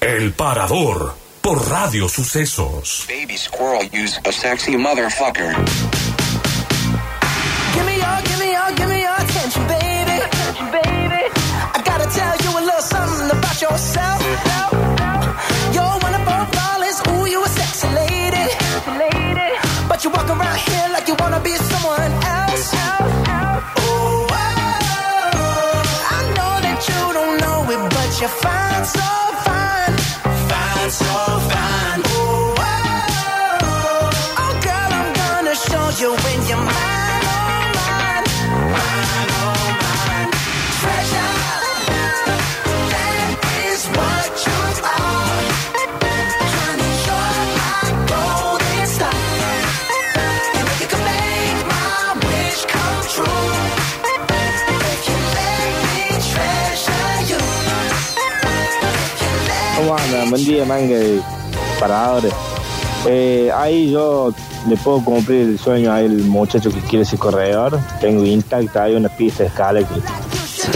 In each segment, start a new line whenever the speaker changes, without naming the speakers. El Parador por Radio Sucesos.
Baby squirrel use a sexy motherfucker.
Give me your, give me your, give me your attention, baby. baby. I gotta tell you a little something about yourself. You're one of our flawless, ooh, you a sexy lady. But you walk around here like you wanna be someone else. Ooh, oh, I know that you don't know it, but you're fine, so fine. Fine, so fine. Ooh, oh, oh, girl, I'm gonna show you when you're mine, oh, mine. Mine, oh, mine. Treasure, that is what you are. Honey, you're my golden star. And if you could make my wish come true, if you let me treasure you, if you let
¿Cómo andan? Buen día, manga de paradores. Eh, ahí yo le puedo cumplir el sueño al muchacho que quiere ser corredor. Tengo intacta, hay una pista de escala que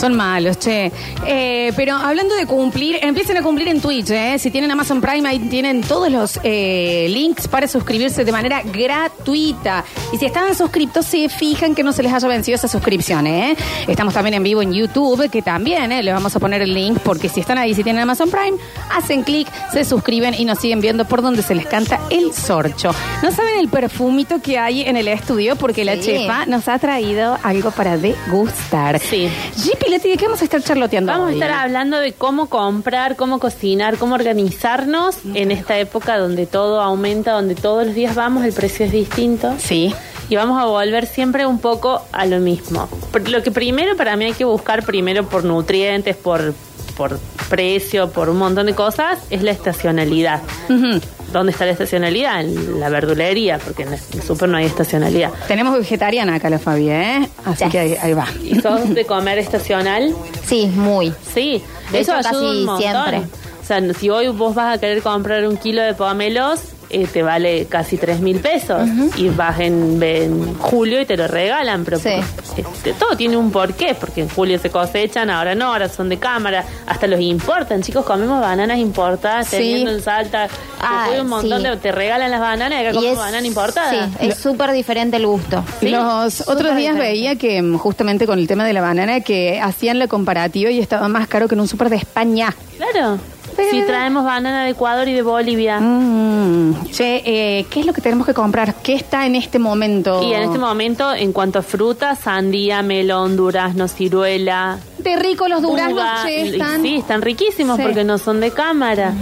Son malos, che. Eh, pero hablando de cumplir, empiecen a cumplir en Twitch, ¿eh? Si tienen Amazon Prime, ahí tienen todos los eh, links para suscribirse de manera gratuita. Y si estaban suscriptos, se fijan que no se les haya vencido esa suscripción, ¿eh? Estamos también en vivo en YouTube, que también ¿eh? les vamos a poner el link, porque si están ahí, si tienen Amazon Prime, hacen clic, se suscriben y nos siguen viendo por donde se les canta el sorcho. ¿No saben el perfumito que hay en el estudio? Porque la
Sí.
chefa nos ha traído algo para degustar.
Sí.
Gipi, Leti, ¿de qué vamos a estar charloteando?
Vamos a
hoy?
estar hablando de cómo comprar, cómo cocinar, cómo organizarnos en esta época donde todo aumenta, donde todos los días vamos, el precio es distinto.
Sí.
Y vamos a volver siempre un poco a lo mismo. Por- Lo que primero para mí hay que buscar, primero por nutrientes, por, por precio, por un montón de cosas, es la estacionalidad.
Ujú.
¿Dónde está la estacionalidad? En la verdulería, porque en el súper no hay estacionalidad.
Tenemos vegetariana acá la Fabi, ¿eh? Así
Ya.
que ahí, ahí va.
¿Y sos de comer estacional?
Sí, muy.
Sí,
De
eso
hecho,
ayuda
casi
un montón.
siempre.
O sea, si hoy vos vas a querer comprar un kilo de pomelos, eh, te vale casi tres mil pesos. Y vas en, en julio y te lo regalan. Pero
Sí.
este, todo tiene un porqué, porque en julio se cosechan, ahora no, ahora son de cámara. Hasta los importan, chicos, comemos bananas importadas,
Sí.
teniendo en salta.
Ah,
un montón
sí.
de, te regalan las bananas y acá
Y
comemos
es,
banana importada.
sí, es súper diferente el gusto.
Los otros
Súper
días
diferente.
veía que mm, justamente con el tema de la banana que hacían la comparativa y estaba más caro que en un súper de España.
Claro.
Pero-
Si traemos banana de Ecuador y de Bolivia.
Mm. Che, eh, ¿qué es lo que tenemos que comprar? ¿Qué está en este momento?
Y en este momento, en cuanto a frutas, sandía, melón, durazno, ciruela.
De rico los duraznos,
uva,
che,
y-
están.
Sí, están riquísimos
Sí.
porque no son de cámara.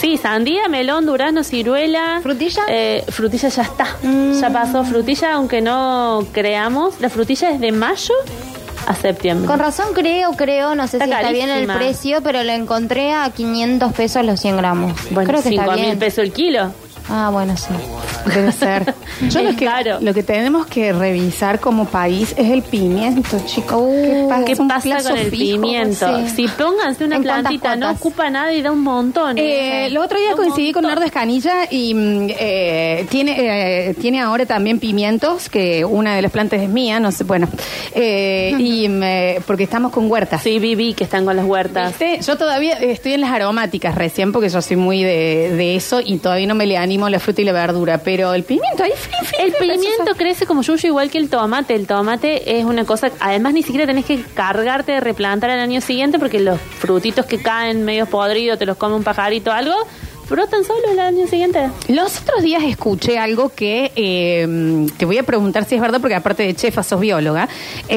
Sí, sandía, melón, durazno, ciruela.
¿Frutilla? Mm.
Eh, frutilla ya está. Ya pasó frutilla, aunque no creamos. La frutilla es de mayo a septiembre.
Con razón creo, creo, no sé
Está
si está bien el
carísima.
precio, pero lo encontré a 500 pesos los 100 gramos.
bueno,
creo que está
mil
bien.
pesos el kilo.
Ah, bueno, sí.
Debe ser. Yo
Es
lo que,
caro.
lo que tenemos que revisar como país es el pimiento, chicos.
Uh,
¿Qué
Es un
pasa
plazo
con el
fijo,
pimiento?
sí.
Si pónganse una
¿En cuántas
plantita, no
cuotas?
ocupa nada y da un montón.
Eh, el otro día
Da un
coincidí con
montón.
Nardo Escanilla y mm, eh, tiene, eh, tiene ahora también pimientos, que una de las plantas es mía, no sé, bueno, Eh, y mm, eh, porque estamos con huertas.
Sí, viví que están con las huertas.
¿Viste? Yo todavía estoy en las aromáticas recién porque yo soy muy de, de eso y todavía no me le animo a la fruta y la verdura, pero el pimiento ahí... fin, fin,
El
fin,
pimiento crece como yuyo igual que el tomate. El tomate es una cosa, además ni siquiera tenés que cargarte de replantar al año siguiente porque los frutitos que caen medio podridos, te los come un pajarito o algo, brotan solos el año siguiente.
Los otros días escuché algo que eh, te voy a preguntar si es verdad, porque aparte de chefa sos bióloga.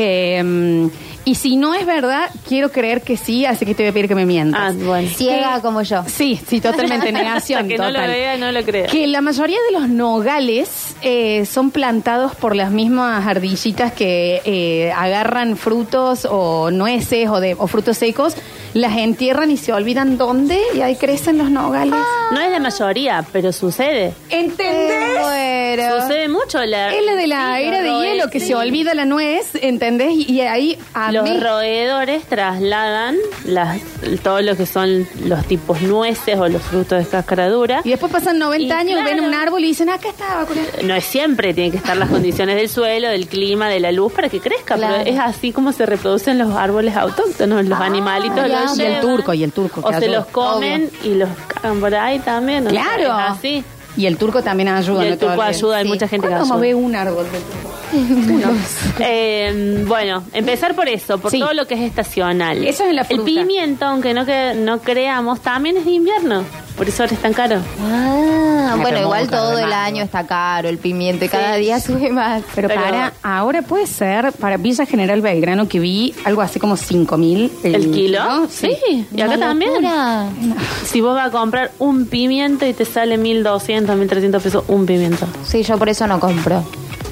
Eh, y si no es verdad, quiero creer que sí, así que te voy a pedir que me mientas.
Ah, bueno.
Ciega como yo.
Sí, sí, totalmente negación.
Hasta que no lo
total.
vea, no lo crea.
Que la mayoría de los nogales eh, son plantados por las mismas ardillitas que eh, agarran frutos o nueces o, de, o frutos secos, las entierran y se
Ah.
olvidan dónde y ahí crecen los nogales.
No es la mayoría, pero sucede.
¿Entendés? muero.
Sucede mucho la.
Es la de la
sí, los
era de
roe-
hielo que
sí.
se olvida la nuez, ¿entendés? Y y ahí a
Los
mí-
roedores trasladan las, todo lo que son los tipos nueces o los frutos de cáscara dura.
Y después pasan 90
Y
años y ven
claro.
un árbol y dicen, acá estaba. con el-".
No es siempre, tienen que estar las condiciones del suelo, del clima, de la luz para que crezca,
Claro.
pero es así como se reproducen los árboles autóctonos, los animalitos.
ya,
los
y el
llevan,
turco, y el turco que
O se
ayuda.
los comen y los cagan por ahí también. o sea,
Claro.
es así.
Y el turco también ayuda.
Y el
no te
turco
olvides.
ayuda, hay mucha gente que
¿Cuándo
ayuda.
ve un árbol del turco?
Eh, bueno, empezar por eso, por
Sí.
todo lo que es estacional.
Eso es en la
El
fruta.
pimiento, aunque no, que, no creamos, también es de invierno. Por eso ahora es tan caro.
Ah,
Me
bueno, igual
remonta,
todo el
además.
año está caro el pimiento y cada día sube más.
Pero,
Pero-
para, ahora puede ser, para Villa General Belgrano, que vi algo así como 5 mil.
¿El kilo?
Sí.
Sí. Y acá
Una
también.
locura.
Si vos vas a comprar un pimiento y te sale 1200, 1300 pesos un pimiento.
Sí, yo por eso no compro.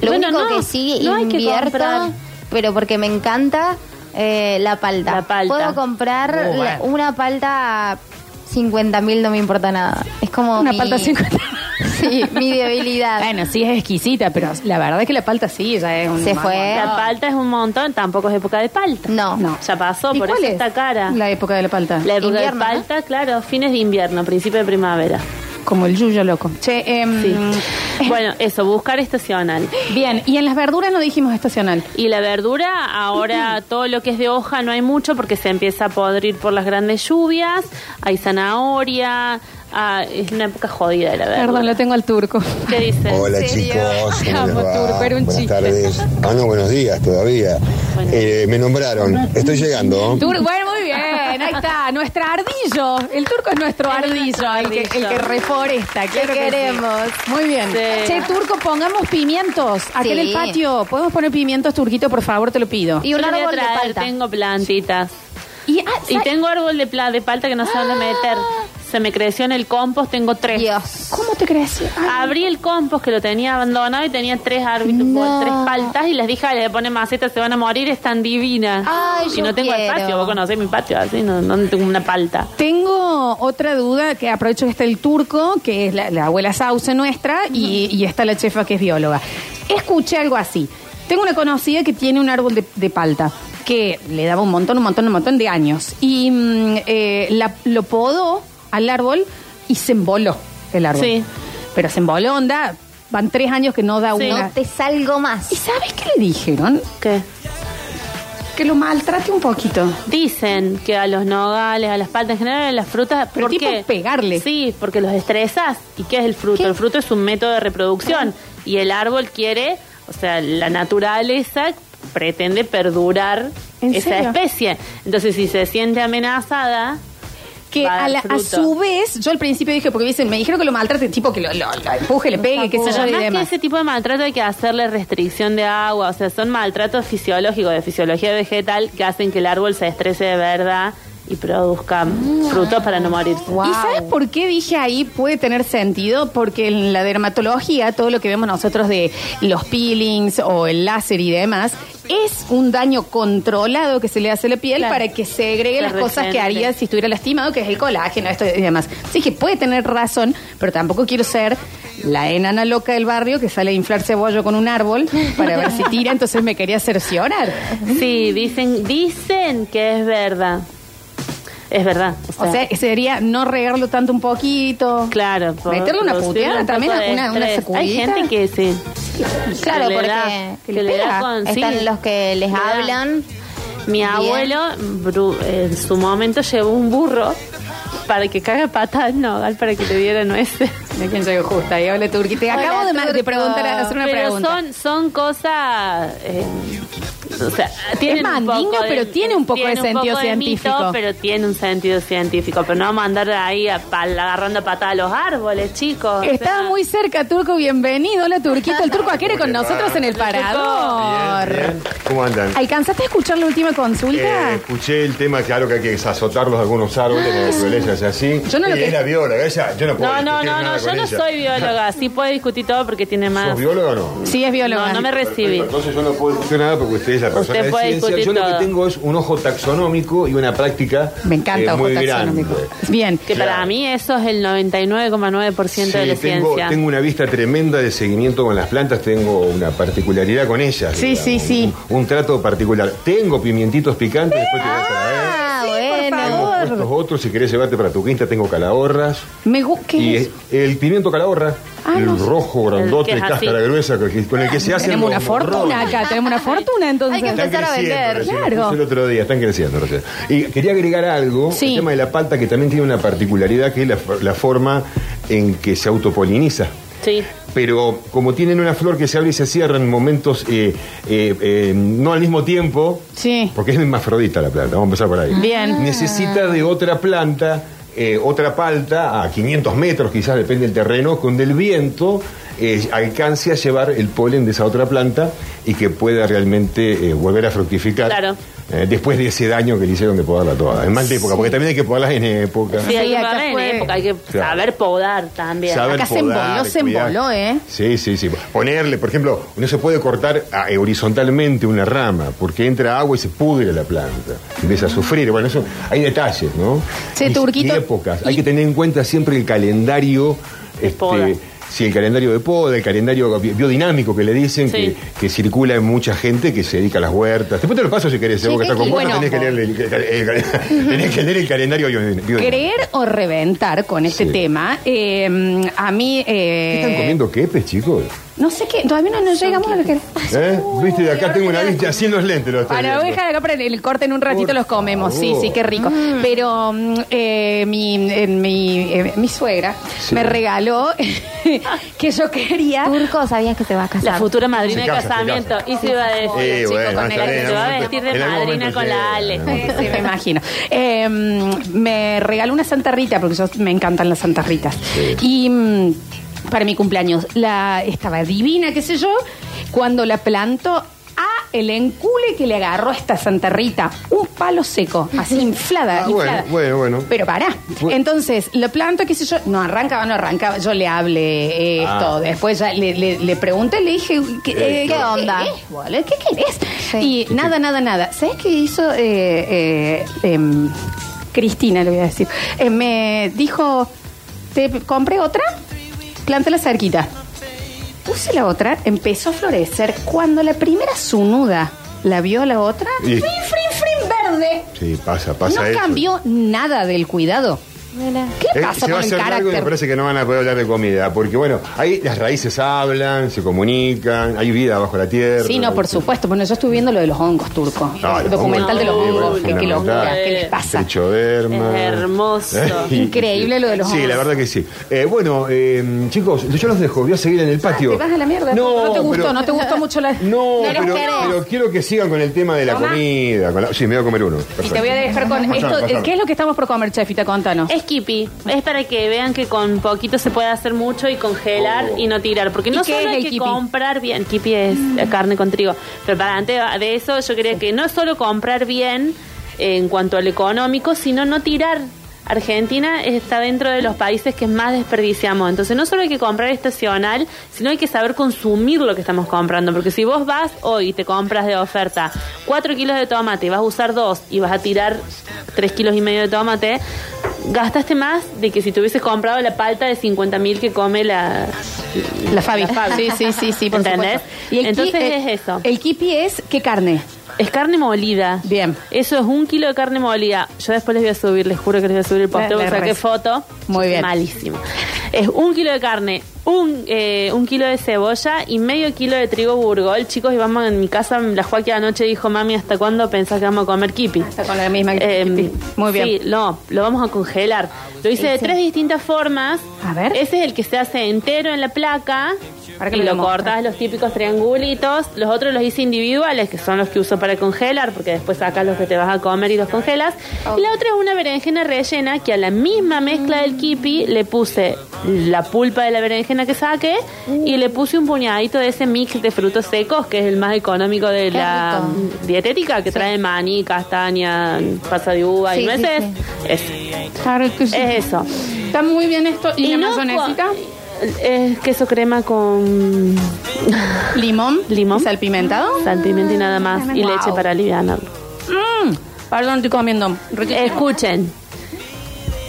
Lo
Bueno,
único
no,
que sí
no hay que
invierto,
comprar.
pero porque me encanta eh, la palta.
La palta.
Puedo comprar
Oh,
la-
bueno.
una palta a 50 mil, no me importa nada. Es como
Una
mi-
palta 50.
Sí, mi debilidad.
Bueno, sí, es exquisita, pero la verdad es que la palta sí, ya es un.
Se fue.
La palta es un montón, tampoco es época de palta.
Ah. No.
No.
Ya pasó,
¿Y
por
cuál
eso
es
está cara. La,
La época de la palta.
época
invierno,
de palta, claro, fines de invierno, principio de primavera.
Como el yuyo loco. Che, em,
Sí.
Mm.
bueno, eso, buscar estacional.
Bien, y en las verduras no dijimos estacional.
Y la verdura, ahora
Mm.
todo lo que es de hoja no hay mucho porque se empieza a podrir por las grandes lluvias. Hay zanahoria. ah, es una época jodida de la verdura.
Perdón, lo tengo al turco.
¿Qué dices?
Hola
¿En serio?
chicos, ¿cómo les
Amo, Turco,
va?
era un
Buenas
chiste.
tardes. Ah, no, buenos días todavía.
Bueno.
Eh, me nombraron, estoy llegando.
Turco, bueno, muy bien, ahí está, nuestra ardillo. El turco es nuestro
Es
ardillo,
nuestro
el, que,
ardillo.
el que reforesta, claro que sí.
queremos.
Muy bien.
Sí.
Che, turco, pongamos pimientos. Aquí en el
Sí.
patio, ¿podemos poner pimientos, turquito, por favor? Te lo pido.
Y un
Yo les voy a
árbol de
traer,
palta.
Tengo plantitas.
Y, ah,
Y
sa-
tengo árbol de, pla- de palta que no sé dónde meter. Se me creció en el compost, tengo tres.
Ah. Dios.
¿Cómo te crees?
Abrí el compost que lo tenía abandonado y tenía tres árboles,
No.
tres paltas y les dije, "Ay, le ponen macetas, se van a morir, es tan divina.
Ay,
y
yo
no tengo el
quiero.
patio, vos conocés mi patio, así no, no tengo una palta.
Tengo otra duda que aprovecho que está el turco, que es la, la abuela Sauce nuestra, y, y está la chefa que es bióloga. Escuché algo así. Tengo una conocida que tiene un árbol de, de palta que le daba un montón, un montón, un montón de años. Y mm, eh, la- lo podó al árbol y se emboló el árbol.
Sí.
Pero se emboló, onda. Van tres años que no da
Sí.
una.
No te salgo más.
¿Y sabes qué le dijeron?
¿Qué?
Que lo maltrate un poquito.
Dicen que a los nogales, a las paltas en general, a las frutas.
Pero
¿por
tipo
qué?
pegarle.
Sí, porque los estresas. ¿Y qué es el fruto? El fruto es un método de reproducción. Y el árbol quiere, o sea, la naturaleza pretende perdurar
¿En
esa
serio?
especie. Entonces, si se siente amenazada.
que
va
a,
al
la- a
fruto.
su vez, yo al principio dije, porque dicen, me dijeron que lo maltrate, tipo que lo, lo- lo empuje, le pegue, qué sé yo, y
Además que
demás.
ese tipo de maltrato hay que hacerle restricción de agua, o sea, son maltratos fisiológicos, de fisiología vegetal, que hacen que el árbol se estrese de verdad y produzca frutos para no morirse.
¿Y sabes por qué dije ahí puede tener sentido? Porque en la dermatología, todo lo que vemos nosotros de los peelings o el láser y demás, es un daño controlado que se le hace a la piel
Claro.
para que se agregue
Se
las cosas que
regenere.
haría si estuviera lastimado, que es el colágeno, esto y demás. Así que puede tener razón, pero tampoco quiero ser la enana loca del barrio que sale a inflar cebollo con un árbol para ver si tira, entonces me quería cerciorar.
Sí, dicen, dicen que es verdad. Es verdad. O sea,
O sea, sería no regarlo tanto un poquito.
claro. por-
meterle una
producir
puteada
un
también,
poco de
una- una
estrés. Hay
sacudida.
gente que sí.
Claro,
que le da-
porque
que le da con- sí.
están los que les
Le da.
hablan.
Mi
Bien.
abuelo Bru- en su momento llevó un burro para que caga patada al nogal para que le diera nueces.
De quién llegó justa. Y habla turqui. Te
Hola,
acabo de, ma- de
turco.
preguntar, hacer una
pero
pregunta.
son son cosas eh, o sea, tienen un
maligno,
poco de-
pero tiene un poco de sentido científico.
mito, pero tiene un sentido científico, pero no vamos a andar ahí a pal- agarrando patada a los árboles, chicos. o
Estaba
sea.
muy cerca, Turco. Bienvenido. Hola, Turquito. El Turco quiere con nosotros en el parador.
Bien, ¿Cómo andan?
¿Alcanzaste a escuchar la última
Eh,
Ah.
consulta?
escuché el tema, claro que hay que azotarlos algunos árboles,
Ah.
la violencia es así.
Yo no lo
y
que-
es la bióloga, ella, yo no puedo discutir nada
No, no, no, no, yo
con
no
ella.
soy bióloga, sí puedo discutir todo porque tiene más.
¿Sos bióloga o no?
sí, es bióloga.
No, no me recibí.
Entonces yo no puedo discutir nada porque ustedes esa persona
Usted
de
puede
ciencia.
discutir
Yo lo
todo.
que tengo es un ojo taxonómico y una práctica
Me encanta,
eh,
ojo
muy
taxonómico.
grande.
Bien.
Que para
Claro.
mí eso es el 99,9% de la
Sí, tengo,
ciencia.
tengo una vista tremenda de seguimiento con las plantas, tengo una particularidad con ellas.
Sí, sí, sí.
Un, un trato particular. Tengo pimientitos picantes, después te voy a traer.
Ah,
por
bueno.
favor.
Tengo puestos otros, si querés llevarte para tu quinta, tengo calahorras.
Me gu- ¿Qué
Y
es
eh, el pimiento calahorra,
Ah,
el
no sé.
rojo,
El
grandote,
que es así.
cáscara gruesa, con el- con el que se hace.
Tenemos una fortuna acá, tenemos una fortuna entonces.
Hay que
Están
empezar a
creciendo,
vender,
recién,
claro.
justo el otro día, están creciendo recién. Y quería agregar algo,
Sí.
el tema de la palta que también tiene una particularidad que es la, la forma en que se autopoliniza.
Sí.
Ah, Pero como tienen una flor que se abre y se cierra en momentos eh, eh, eh, no al mismo tiempo,
Sí.
porque es hermafrodita la planta, vamos a empezar por ahí.
Bien.
Necesita de otra planta, eh, otra palta, a 500 metros quizás, depende del terreno, con el viento eh, alcance a llevar el polen de esa otra planta y que pueda realmente eh, volver a fructificar.
Claro.
eh, después de ese daño que le hicieron de podarla toda. Además de época, porque también hay que podarlas en época.
Sí, hay
Sí,
que
acá
parar en
fue-
época, hay que
Claro.
saber podar también.
Saber
Acá se
podar,
emboló, se
cuidar.
emboló, ¿eh?
Sí, sí, sí. Ponerle, por ejemplo, no se puede cortar ah, eh, horizontalmente una rama porque entra agua y se pudre la planta. Empieza a sufrir. Bueno, eso hay detalles, ¿no?
Che,
Y-
Turquito,
y épocas.
y-
Hay que tener en cuenta siempre el calendario.
De poda.
Sí, el calendario de poda, el calendario bi- biodinámico que le dicen,
Sí.
que, que circula en mucha gente que se dedica a las huertas. Después te lo paso si querés,
Sí,
vos que
qué
estás con vos,
quilombo.
tenés que, leer el, el- el- tenés que leer el calendario biodi- biodinámico.
Creer o reventar con este
Sí.
tema, eh, a mí... eh,
¿Qué están comiendo quepes, chicos?
No sé qué, todavía no nos llegamos a lo que...
¿Eh? ¿Viste? De acá
ahora
tengo
tenés
una
la
vista sin los lentes. Los estoy
Para la
viendo.
oveja de acá para el corte en un ratito
Por
los comemos, sí,
favor.
sí, qué rico. Pero mm, eh, mi, eh, mi, eh, mi suegra
Sí.
me regaló que yo quería...
Turco, sabías que te vas a casar.
Ah. La futura madrina
Se
de
casa, se
casamiento.
casa.
Y se iba a decir,
Eh,
chico,
bueno,
con
está bien,
el que
en
se va a
algún
vestir de
momento- en algún
madrina
momento
con la
llega,
Ale.
en algún
Sí, me imagino. Eh, me regaló una Santa Rita, porque yo me encantan las Santas Ritas. Y mm, para mi cumpleaños, la estaba divina, qué sé yo, cuando la planto a el encule que le agarró a esta Santa Rita, un palo seco, así inflada,
Ah, bueno,
inflada.
bueno, bueno.
Pero pará.
Bueno.
Entonces, lo planto, qué sé yo, no arrancaba, no arrancaba, yo le hablé esto,
Ah.
después ya le, le- le pregunté, le dije, ¿qué, eh,
¿Qué onda?
es, boludo? ¿Qué querés?
Sí.
Y Nada, nada, nada. ¿Sabes qué hizo eh, eh, em, Cristina, le voy a decir? Eh, me dijo, te compré otra, plántala cerquita. Puse la otra, empezó a florecer. Cuando la primera sunuda la vio la otra,
Y-
frin, frin, frin, verde.
Sí, pasa, pasa
no
eso.
cambió nada del cuidado.
Mira.
¿Qué
Eh,
pasa
se va a
con el
hacer largo y me
carácter?
parece que no van a poder hablar de comida, porque bueno, ahí las raíces hablan, se comunican, hay vida bajo la tierra.
Sí, no, por supuesto. Bueno, yo estuve viendo lo de los hongos turcos.
Ah, los
documental de los
hongos,
hongos.
sí,
Qué qué locura,
fundamental.
qué les pasa.
Trichoderma.
Es hermoso.
Increíble lo de los
Sí,
ojos.
la verdad que sí. Eh, bueno, eh, chicos, yo los dejo, voy a seguir en el patio.
Te vas a la mierda.
No,
No, te gustó,
pero-
no te gustó mucho la.
No,
les
pero,
querés.
pero quiero que sigan con el tema de la
Toma.
comida. con la- Sí, me voy a comer uno.
Y te voy a dejar con
Pasame,
esto.
pasame.
¿Qué es lo que estamos por comer, Chefita? Contanos.
Es kipi, es para que vean que con poquito se puede hacer mucho y congelar
Oh.
y no tirar, porque
¿Y
no
qué
solo
es
hay
el
que
kipi? Mm.
comprar bien, kipi es eh, carne con trigo, pero para antes de eso yo quería que no solo comprar bien eh, en cuanto al económico, sino no tirar. Argentina está dentro de los países que más desperdiciamos, entonces no solo hay que comprar estacional, sino hay que saber consumir lo que estamos comprando, porque si vos vas hoy y te compras de oferta 4 kilos de tomate y vas a usar dos y vas a tirar 3 kilos y medio de tomate, gastaste más de que si te hubieses comprado la palta de 50 mil que come la...
La Fabi. Sí, sí, sí, sí, por
¿Entendés?
supuesto. el
Entonces
ki- el-
es eso.
El kipi es qué carne.
Es carne molida.
Bien.
Eso es un kilo de carne molida. Yo después les voy a subir, les juro que les voy a subir el
La-
posteo,
la
porque saqué
res-
foto.
Muy bien.
Malísimo. Es un kilo de carne, un, eh, un kilo de cebolla y medio kilo de trigo burgol. Chicos, y vamos en mi casa, la Joaquín anoche dijo, mami, ¿hasta cuándo pensás que vamos a comer kipi?
Está con la misma. que
Eh,
kipi. Muy bien.
Sí, no, lo vamos a congelar. Lo hice de tres distintas formas.
A ver.
Ese es el que se hace entero en la placa.
Ahora que
y
lo
lo
muestra.
cortas los típicos triangulitos. Los otros los hice individuales, que son los que uso para congelar, porque después sacas los que te vas a comer y los congelas. Y la otra es una berenjena rellena que a la misma mezcla del kipi le puse la pulpa de la berenjena que saqué y le puse un puñadito de ese mix de frutos secos, que es el más económico de
Qué
la
rico.
dietética, que trae maní, castaña, pasa de uva y
Sí, sí,
nueces.
sí.
Es,
Claro que sí.
es eso.
Está muy bien esto. Eh, ¿Y, la
no
mayonesita?
co- Es queso crema con
Limón.
Limón.
Salpimentado.
salpimento y nada más. Y
Wow.
leche para aliviarlo.
Mm, perdón, estoy comiendo. Riquísimo.
Escuchen.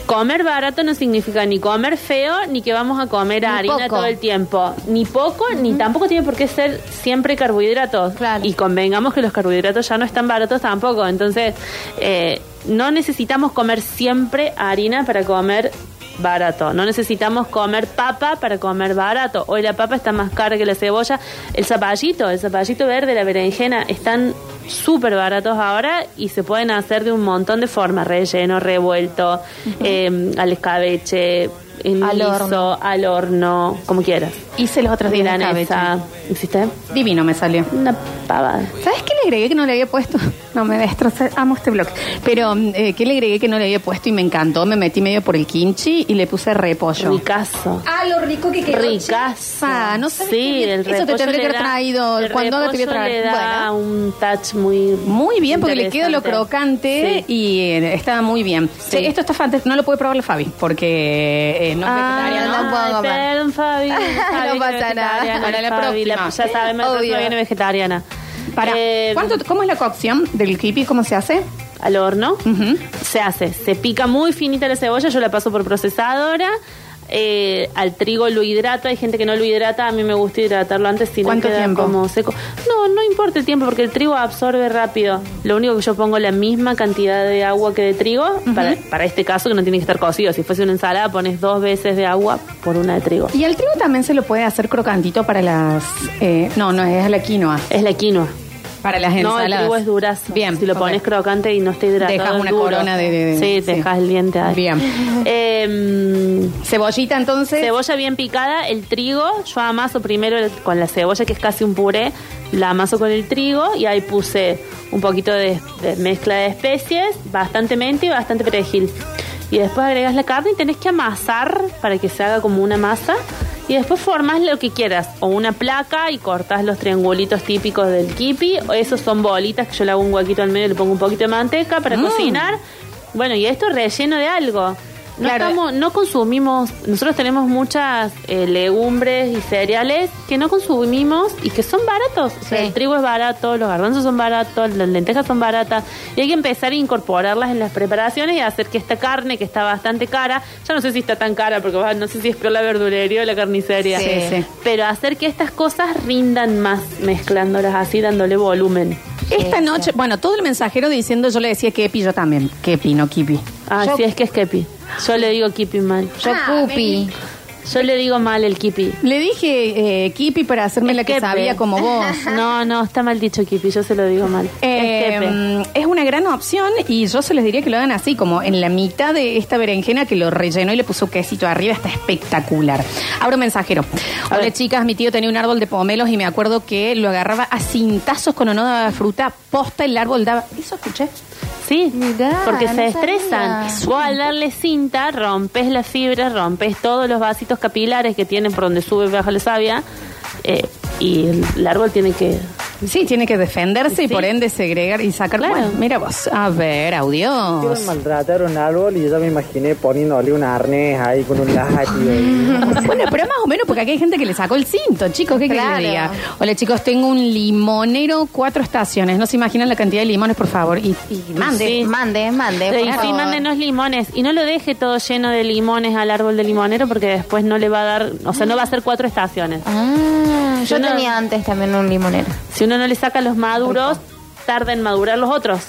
Comer barato no significa ni comer feo, ni que vamos a comer harina
poco.
todo el tiempo. Ni poco, ni tampoco tiene por qué ser siempre carbohidratos.
Claro.
Y convengamos que los carbohidratos ya no están baratos tampoco. Entonces, eh, no necesitamos comer siempre harina para comer barato. No necesitamos comer papa para comer barato. Hoy la papa está más cara que la cebolla. El zapallito, el zapallito verde, la berenjena, están súper baratos ahora y se pueden hacer de un montón de formas. Relleno, revuelto, eh, al escabeche, eh, en
Al
liso,
horno.
al horno, como quieras.
Hice los otros días
Milanesa.
cabeza.
¿Hiciste?
Divino me salió.
Una pavada.
¿Sabes qué le agregué que no le había puesto? No, me destrocé. Amo este blog. Pero, eh, ¿qué le agregué que no le había puesto y me encantó? Me metí medio por el kimchi y le puse repollo.
Ricazo.
Ah, lo rico que quedó.
Ricazo.
chifa. No sabes qué
sí,
bien.
el
Eso te
repollo
tendría que
le
haber
da-
traído.
el
Cuando haga te voy a
repollo
traer.
Le da
Bueno.
un touch muy.
Muy bien, porque le queda lo
interesante.
crocante
Sí.
y eh, está muy bien.
Sí.
Che, esto está fantástico. No lo puede probar la Fabi, porque eh, no es
Ah,
vegetariana.
no
ay,
puedo comer.
Perdón, Fabi. Fabi, que
pasa
vegetariana,
nada.
Para la
Fabi,
próxima.
ya sabemos, la
Obvio.
próxima viene vegetariana.
Pará,
Eh,
¿cuánto- ¿Cómo es la cocción del kipi? ¿Cómo se hace?
Al horno.
Ujú.
Se hace, se pica muy finita la cebolla, yo la paso por procesadora. eh, al trigo lo hidrato, hay gente que no lo hidrata, a mí me gusta hidratarlo antes si no
¿Cuánto
queda
tiempo?
como seco. No, no importa el tiempo porque el trigo absorbe rápido. Lo único que yo pongo la misma cantidad de agua que de trigo, para, para este caso que no tiene que estar cocido. Si fuese una ensalada pones dos veces de agua por una de trigo.
Y al trigo también se lo puede hacer crocantito para las. eh, no, no, es la quinoa.
Es la quinoa.
Para las
No,
ensaladas.
el trigo es durazo.
Bien.
Si lo
ok.
pones crocante y no está hidratado.
Dejas
es
una
duro.
corona de- de- de-
Sí,
sí.
dejas el diente ahí.
Bien.
Em,
Cebollita, entonces.
Cebolla bien picada, el trigo, yo amaso primero el- con la cebolla, que es casi un puré, la amaso con el trigo y ahí puse un poquito de, de mezcla de especies, bastante menta y bastante perejil. Y después agregas la carne y tenés que amasar para que se haga como una masa. Y después formas lo que quieras, o una placa y cortas los triangulitos típicos del kipi, o esos son bolitas que yo le hago un huequito al medio y le pongo un poquito de manteca para cocinar. Bueno, y esto relleno de algo. No,
Claro.
estamos- no consumimos, nosotros tenemos muchas eh, legumbres y cereales que no consumimos y que son baratos. O sea,
Sí.
el trigo es barato, los garbanzos son baratos, las lentejas son baratas. Y hay que empezar a incorporarlas en las preparaciones y hacer que esta carne, que está bastante cara, ya no sé si está tan cara, porque va- no sé si es peor la verdulería o la carnicería.
Sí, sí.
Pero hacer que estas cosas rindan más mezclándolas así, dándole volumen.
Esta noche, bueno, todo el mensajero diciendo, yo le decía Kepi, yo también. Kepi, no Kipi.
Así
Yo-
Ah, es que es kepi. Yo le digo kepi mal.
Yo
Ah,
pupi.
Yo le digo mal el kepi.
Le dije eh, Kipi para hacerme la que
Kepe.
sabía como vos.
No, no, está mal dicho, Kipi, yo se lo digo mal.
Eh,
Es
mm,
Kepe.
es una gran opción y yo se les diría que lo hagan así, como en la mitad de esta berenjena que lo rellenó y le puso quesito arriba, está espectacular. Abro mensajero.
A
Hola
ver.
chicas, mi tío tenía un árbol de pomelos y me acuerdo que lo agarraba a cintazos cuando no daba fruta, posta el árbol daba... ¿Eso escuché?
Sí,
Mirá,
porque se
no
estresan.
sabía.
Vos al darle cinta, rompes las fibras, rompes todos los vasitos capilares que tienen por donde sube y baja la savia. eh, y el, el árbol tiene que.
Sí, tiene que defenderse y
Sí.
por ende segregar y sacar...
Claro.
Bueno, mira vos. A ver, audio.
maltratar un árbol y yo ya me imaginé poniéndole un arnés ahí con un látigo.
Bueno, pero es más o menos porque aquí hay gente que le sacó el cinto, chicos, ¿qué querés que le diga?
Claro.
Hola chicos, tengo un limonero cuatro estaciones, no se imaginan la cantidad de limones, por favor. Y, y
Mande,
Sí.
mande,
Le
mande. por
dice, "Y
favor.
mándenos limones. Y no lo deje todo lleno de limones al árbol de limonero porque después no le va a dar. O sea, no va a ser cuatro estaciones.
Ah, yo
Yo no-
tenía antes también un limonero.
Si uno no le saca los maduros, tarda en madurar los otros.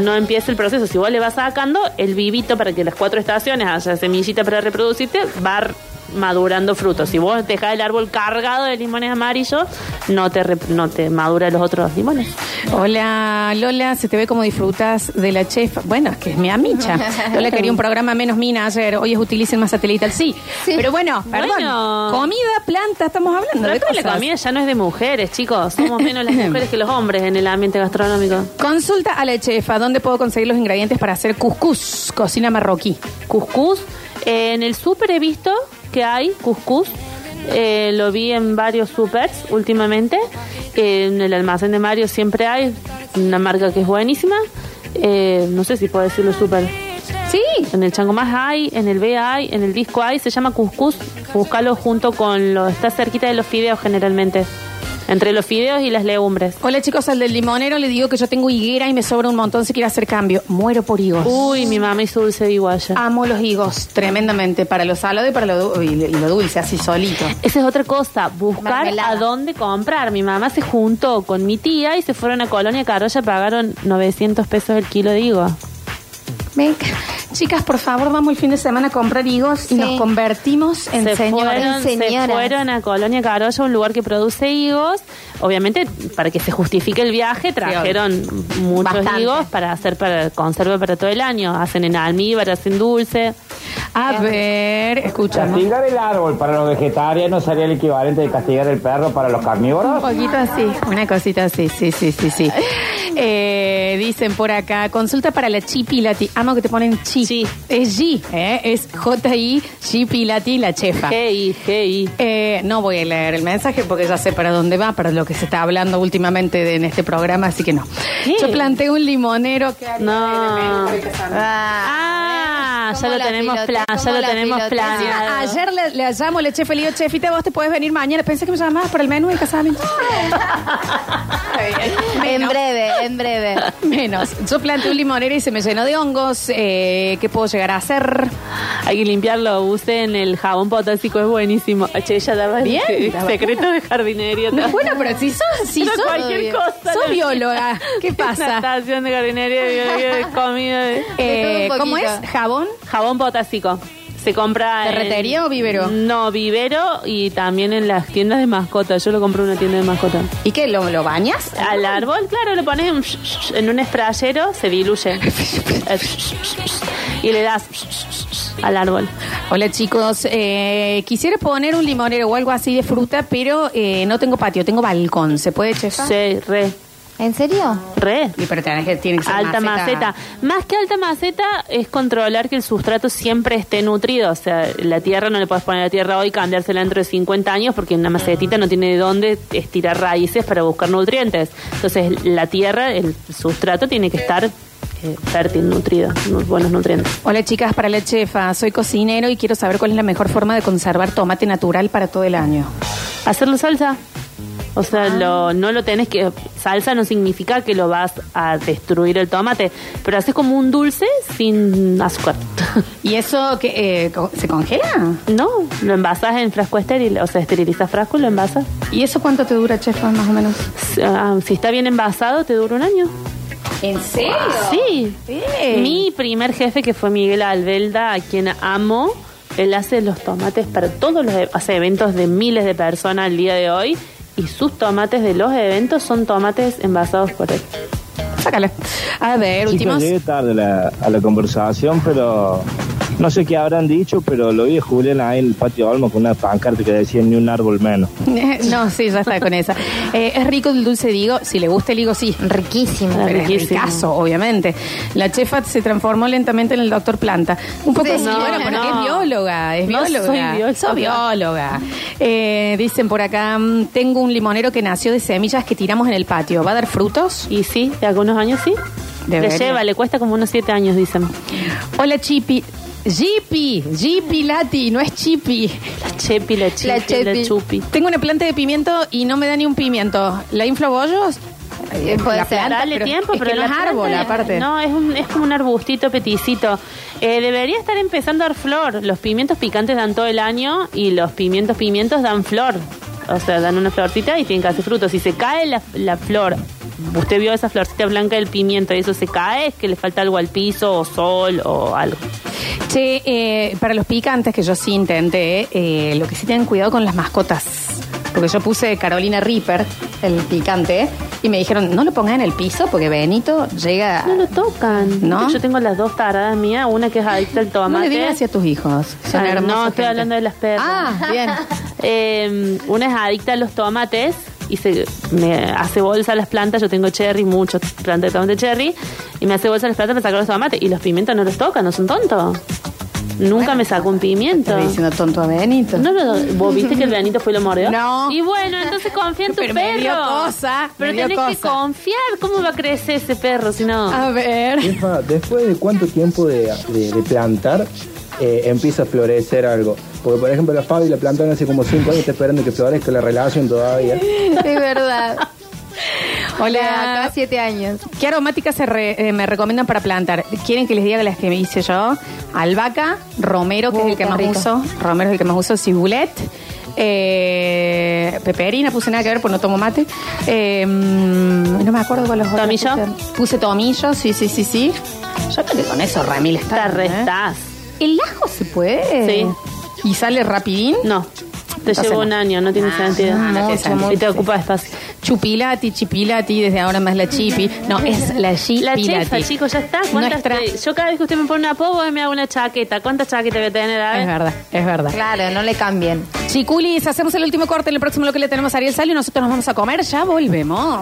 No empieza el proceso. Si vos le vas sacando el vivito para que las cuatro estaciones haya semillita para reproducirte, va r- madurando frutos. Si vos dejás el árbol cargado de limones amarillos, no te, rep- no te madura los otros limones.
Hola Lola, se te ve como disfrutas de la chef. Bueno, es que es mi amicha. Lola quería un programa menos mina ayer, hoy es utilicen más satelital. Sí,
Sí.
pero bueno, perdón.
Bueno.
Comida, planta, estamos hablando de
Pero
cosas.
la comida ya no es de mujeres, chicos. Somos menos las mujeres que los hombres en el ambiente gastronómico.
Consulta a la chefa, ¿dónde puedo conseguir los ingredientes para hacer cuscús? Cocina marroquí.
Cuscús. Eh, en el súper he visto que hay cuscús. Eh, lo vi en varios supers últimamente. Eh, en el almacén de Mario siempre hay una marca que es buenísima. Eh, no sé si puedo decirlo súper.
Sí,
En el Chango Más hay, en el B hay, en el disco hay, se llama Cuscús. Búscalo junto con los. Está cerquita de los fideos generalmente. Entre los fideos y las legumbres.
Hola chicos, al del limonero le digo que yo tengo higuera y me sobra un montón si quiere hacer cambio. Muero por higos.
Uy, mi mamá hizo dulce de iguaya.
Amo los higos tremendamente para lo salado y para lo, du- y lo- y lo dulce, así solito.
Esa es otra cosa, buscar
Mermelada.
a dónde comprar. Mi mamá se juntó con mi tía y se fueron a Colonia Carolla, pagaron 900 pesos el kilo de higo.
Ven, chicas, por favor, vamos el fin de semana a comprar higos y
Sí.
nos convertimos en
se
señores.
fueron, se
señoras.
fueron a Colonia Carolla, un lugar que produce higos. Obviamente, para que se justifique el viaje, trajeron muchos
Bastante.
higos para hacer para conserva para todo el año. Hacen en almíbar, hacen dulce.
A ver, escuchamos.
Castigar el árbol para los vegetarianos sería el equivalente de castigar el perro para los
Un
carnívoros.
poquito así, una cosita así, sí, sí, sí, sí. Eh, dicen por acá, consulta para la chi pilati. Amo que te ponen chi.
Chi.
Es G, ¿eh? es J-I, chi pilati, la chefa.
Hey, hey.
Eh, no voy a leer el mensaje porque ya sé para dónde va, para lo que se está hablando últimamente de- en este programa, así que no.
Sí.
Yo planteé un limonero que haría
No.
el menú del casamiento.
Ah, ya lo tenemos plan, ya lo tenemos plan.
Encima, Ayer le, le llamo, le chef, le digo, chefita, vos te podés venir mañana. Pensé que me llamabas para el menú del casamiento.
En
Menos.
breve, en breve.
Menos. Yo planté un limonero y se me llenó de hongos. Eh, ¿Qué puedo llegar a hacer?
Hay que limpiarlo, usen el jabón potásico, es buenísimo. Che, ya daba el
Bien.
se- secreto de jardinería.
Bueno, pero si sos, si
Pero
sos,
cualquier cosa,
sos
no.
bióloga, ¿qué pasa?
Natación de jardinería, de, de comida. de-
Eh,
De todo un
¿Cómo es?
poquito.
¿Jabón?
Jabón potásico. Se compra. en-
¿Ferretería o vivero?
No, vivero y también en las tiendas de mascotas. Yo lo compré en una tienda de mascotas.
¿Y qué? ¿Lo, lo bañas?
Al árbol, claro, lo pones en, un sh- sh- en un sprayero, se diluye. Eh, sh- sh- sh- y le das sh- sh- al árbol.
Hola chicos, Eh, quisiera poner un limonero o algo así de fruta, pero eh, no tengo patio, tengo balcón. ¿Se puede, chefa?
Sí, re,
¿En serio?
re.
Y pero tenés que- tiene que ser
Alta maceta. Más que alta maceta es controlar que el sustrato siempre esté nutrido. O sea, la tierra no le puedes poner la tierra hoy y cambiársela dentro de 50 años porque una macetita no tiene de dónde estirar raíces para buscar nutrientes. Entonces, la tierra, el sustrato tiene que estar eh, fértil, nutrido, nu- buenos nutrientes.
Hola chicas, para la chefa, soy cocinero y quiero saber cuál es la mejor forma de conservar tomate natural para todo el año.
Hacerlo salsa. O sea, lo- no lo tenés que. Salsa no significa que lo vas a destruir el tomate, pero haces como un dulce sin azúcar.
¿Y eso que, eh, co- se congela?
No, lo envasas en frasco estéril, o sea, esterilizas frasco y lo envasas.
¿Y eso cuánto te dura, chefa, más o menos?
S- ah, Si está bien envasado, te dura un año.
¿En serio?
Sí.
Sí.
Mi primer jefe, que fue Miguel Albelda, a quien amo, él hace los tomates para todos los e- hace eventos de miles de personas al día de hoy. Y sus tomates de los eventos son tomates envasados por él.
Sácale. A ver,
Chicos,
últimos.
llegué tarde a la, a la conversación, pero no sé qué habrán dicho, pero lo vi a Julián ahí en el patio de Olmo con una pancarta que decía ni un árbol menos.
No, sí, ya está con esa. Eh, es rico el dulce de higo. Si le gusta el higo, sí.
Riquísimo.
Pero es
Ah, riquísimo.
ricazo, obviamente. La chefa se transformó lentamente en el doctor Planta. Un poco
Sí,
así,
no,
bueno, pero
no.
que es bióloga, es
No
bióloga.
soy bióloga.
Soy bióloga. Eh, dicen por acá, mm, tengo un limonero que nació de semillas que tiramos en el patio. ¿Va a dar frutos?
Y sí, de algunos años sí.
Debería.
Le lleva, le cuesta como unos siete años, dicen.
Hola, Chipi. Jipi, Jipi Lati, no es Chipi.
La chepi, la chipi, la,
chepi.
chupi.
Tengo una planta de pimiento y no me da ni un pimiento. ¿La inflo bollos?
Eh, puede ser.
Dale tiempo,
es que
pero
no
la
es
planta
árbol,
es-
aparte.
No, es, un- es como un arbustito peticito. Eh, debería estar empezando a dar flor. Los pimientos picantes dan todo el año y los pimientos pimientos dan flor. O sea, dan una florcita y tienen que hacer frutos. Si se cae la, la flor, usted vio esa florcita blanca del pimiento y eso se cae, es que le falta algo al piso o sol o algo.
Che, eh, para los picantes, que yo sí intenté, eh, lo que sí tengan cuidado con las mascotas. Porque yo puse Carolina Reaper, el picante, y me dijeron, no lo pongas en el piso porque Benito llega...
No lo tocan.
¿No?
Yo tengo las dos taradas mías, una que es adicta al tomate.
No le digas así a tus hijos. Son
Ay,
hermosos,
no, estoy
gente.
hablando de las perras.
Ah, bien.
Eh, una es adicta a los tomates y se me hace bolsa a las plantas. Yo tengo cherry, muchos plantas de tomate cherry. Y me hace bolsa a las plantas para sacar los tomates. Y los pimientos no los tocan, no son tontos. Nunca me sacó un pimiento.
Estás diciendo tonto a Benito.
No, no, ¿Vos viste que el Benito fue y lo mordió?
No.
Y bueno, entonces confía en tu
Pero me
perro.
dio cosa, me
Pero
dio
tenés que
cosa. Ah,
confiar. ¿Cómo va a crecer ese perro si no?
A ver.
Efa, después de cuánto tiempo de, de- de plantar eh, empieza a florecer algo. Porque, por ejemplo, la Fabi la plantaron hace como 5 años, está esperando que florezca la relación todavía.
Es verdad. Hola,
Hola.
acá siete años.
¿Qué aromáticas se re- eh, me recomiendan para plantar? ¿Quieren que les diga las que me hice yo? Albahaca, romero, que es
Uh,
el que
qué
más
rico.
uso. Romero es el que más uso. Cibulet. Eh, peperina, puse nada que ver, pues no tomo mate. Eh, mm, no me acuerdo con los otros.
¿Tomillo?
Puse, puse tomillo, sí, sí, sí, sí. Yo creo que con eso, Ramil, está.
Te
bien, ¿eh?
restás.
¿El ajo se puede?
Sí.
¿Y sale rapidín?
No. Te
Entonces
llevo
no.
un año, no tiene
Ah,
sentido.
no tiene sentido.
Y te ocupa espacio.
Chupilati, chipilati, desde ahora más la chipi. No, es la
La
chipilati.
chefa, chicos, ya está. ¿Cuántas
Nuestra-
te- Yo cada vez que usted me pone un apodo, me hago una chaqueta. ¿Cuántas chaquetas voy a tener? A ver.
Es verdad, es verdad.
Claro, no le cambien.
Chiculis, hacemos el último corte. En el próximo lo que le tenemos a Ariel Sal y nosotros nos vamos a comer. Ya volvemos.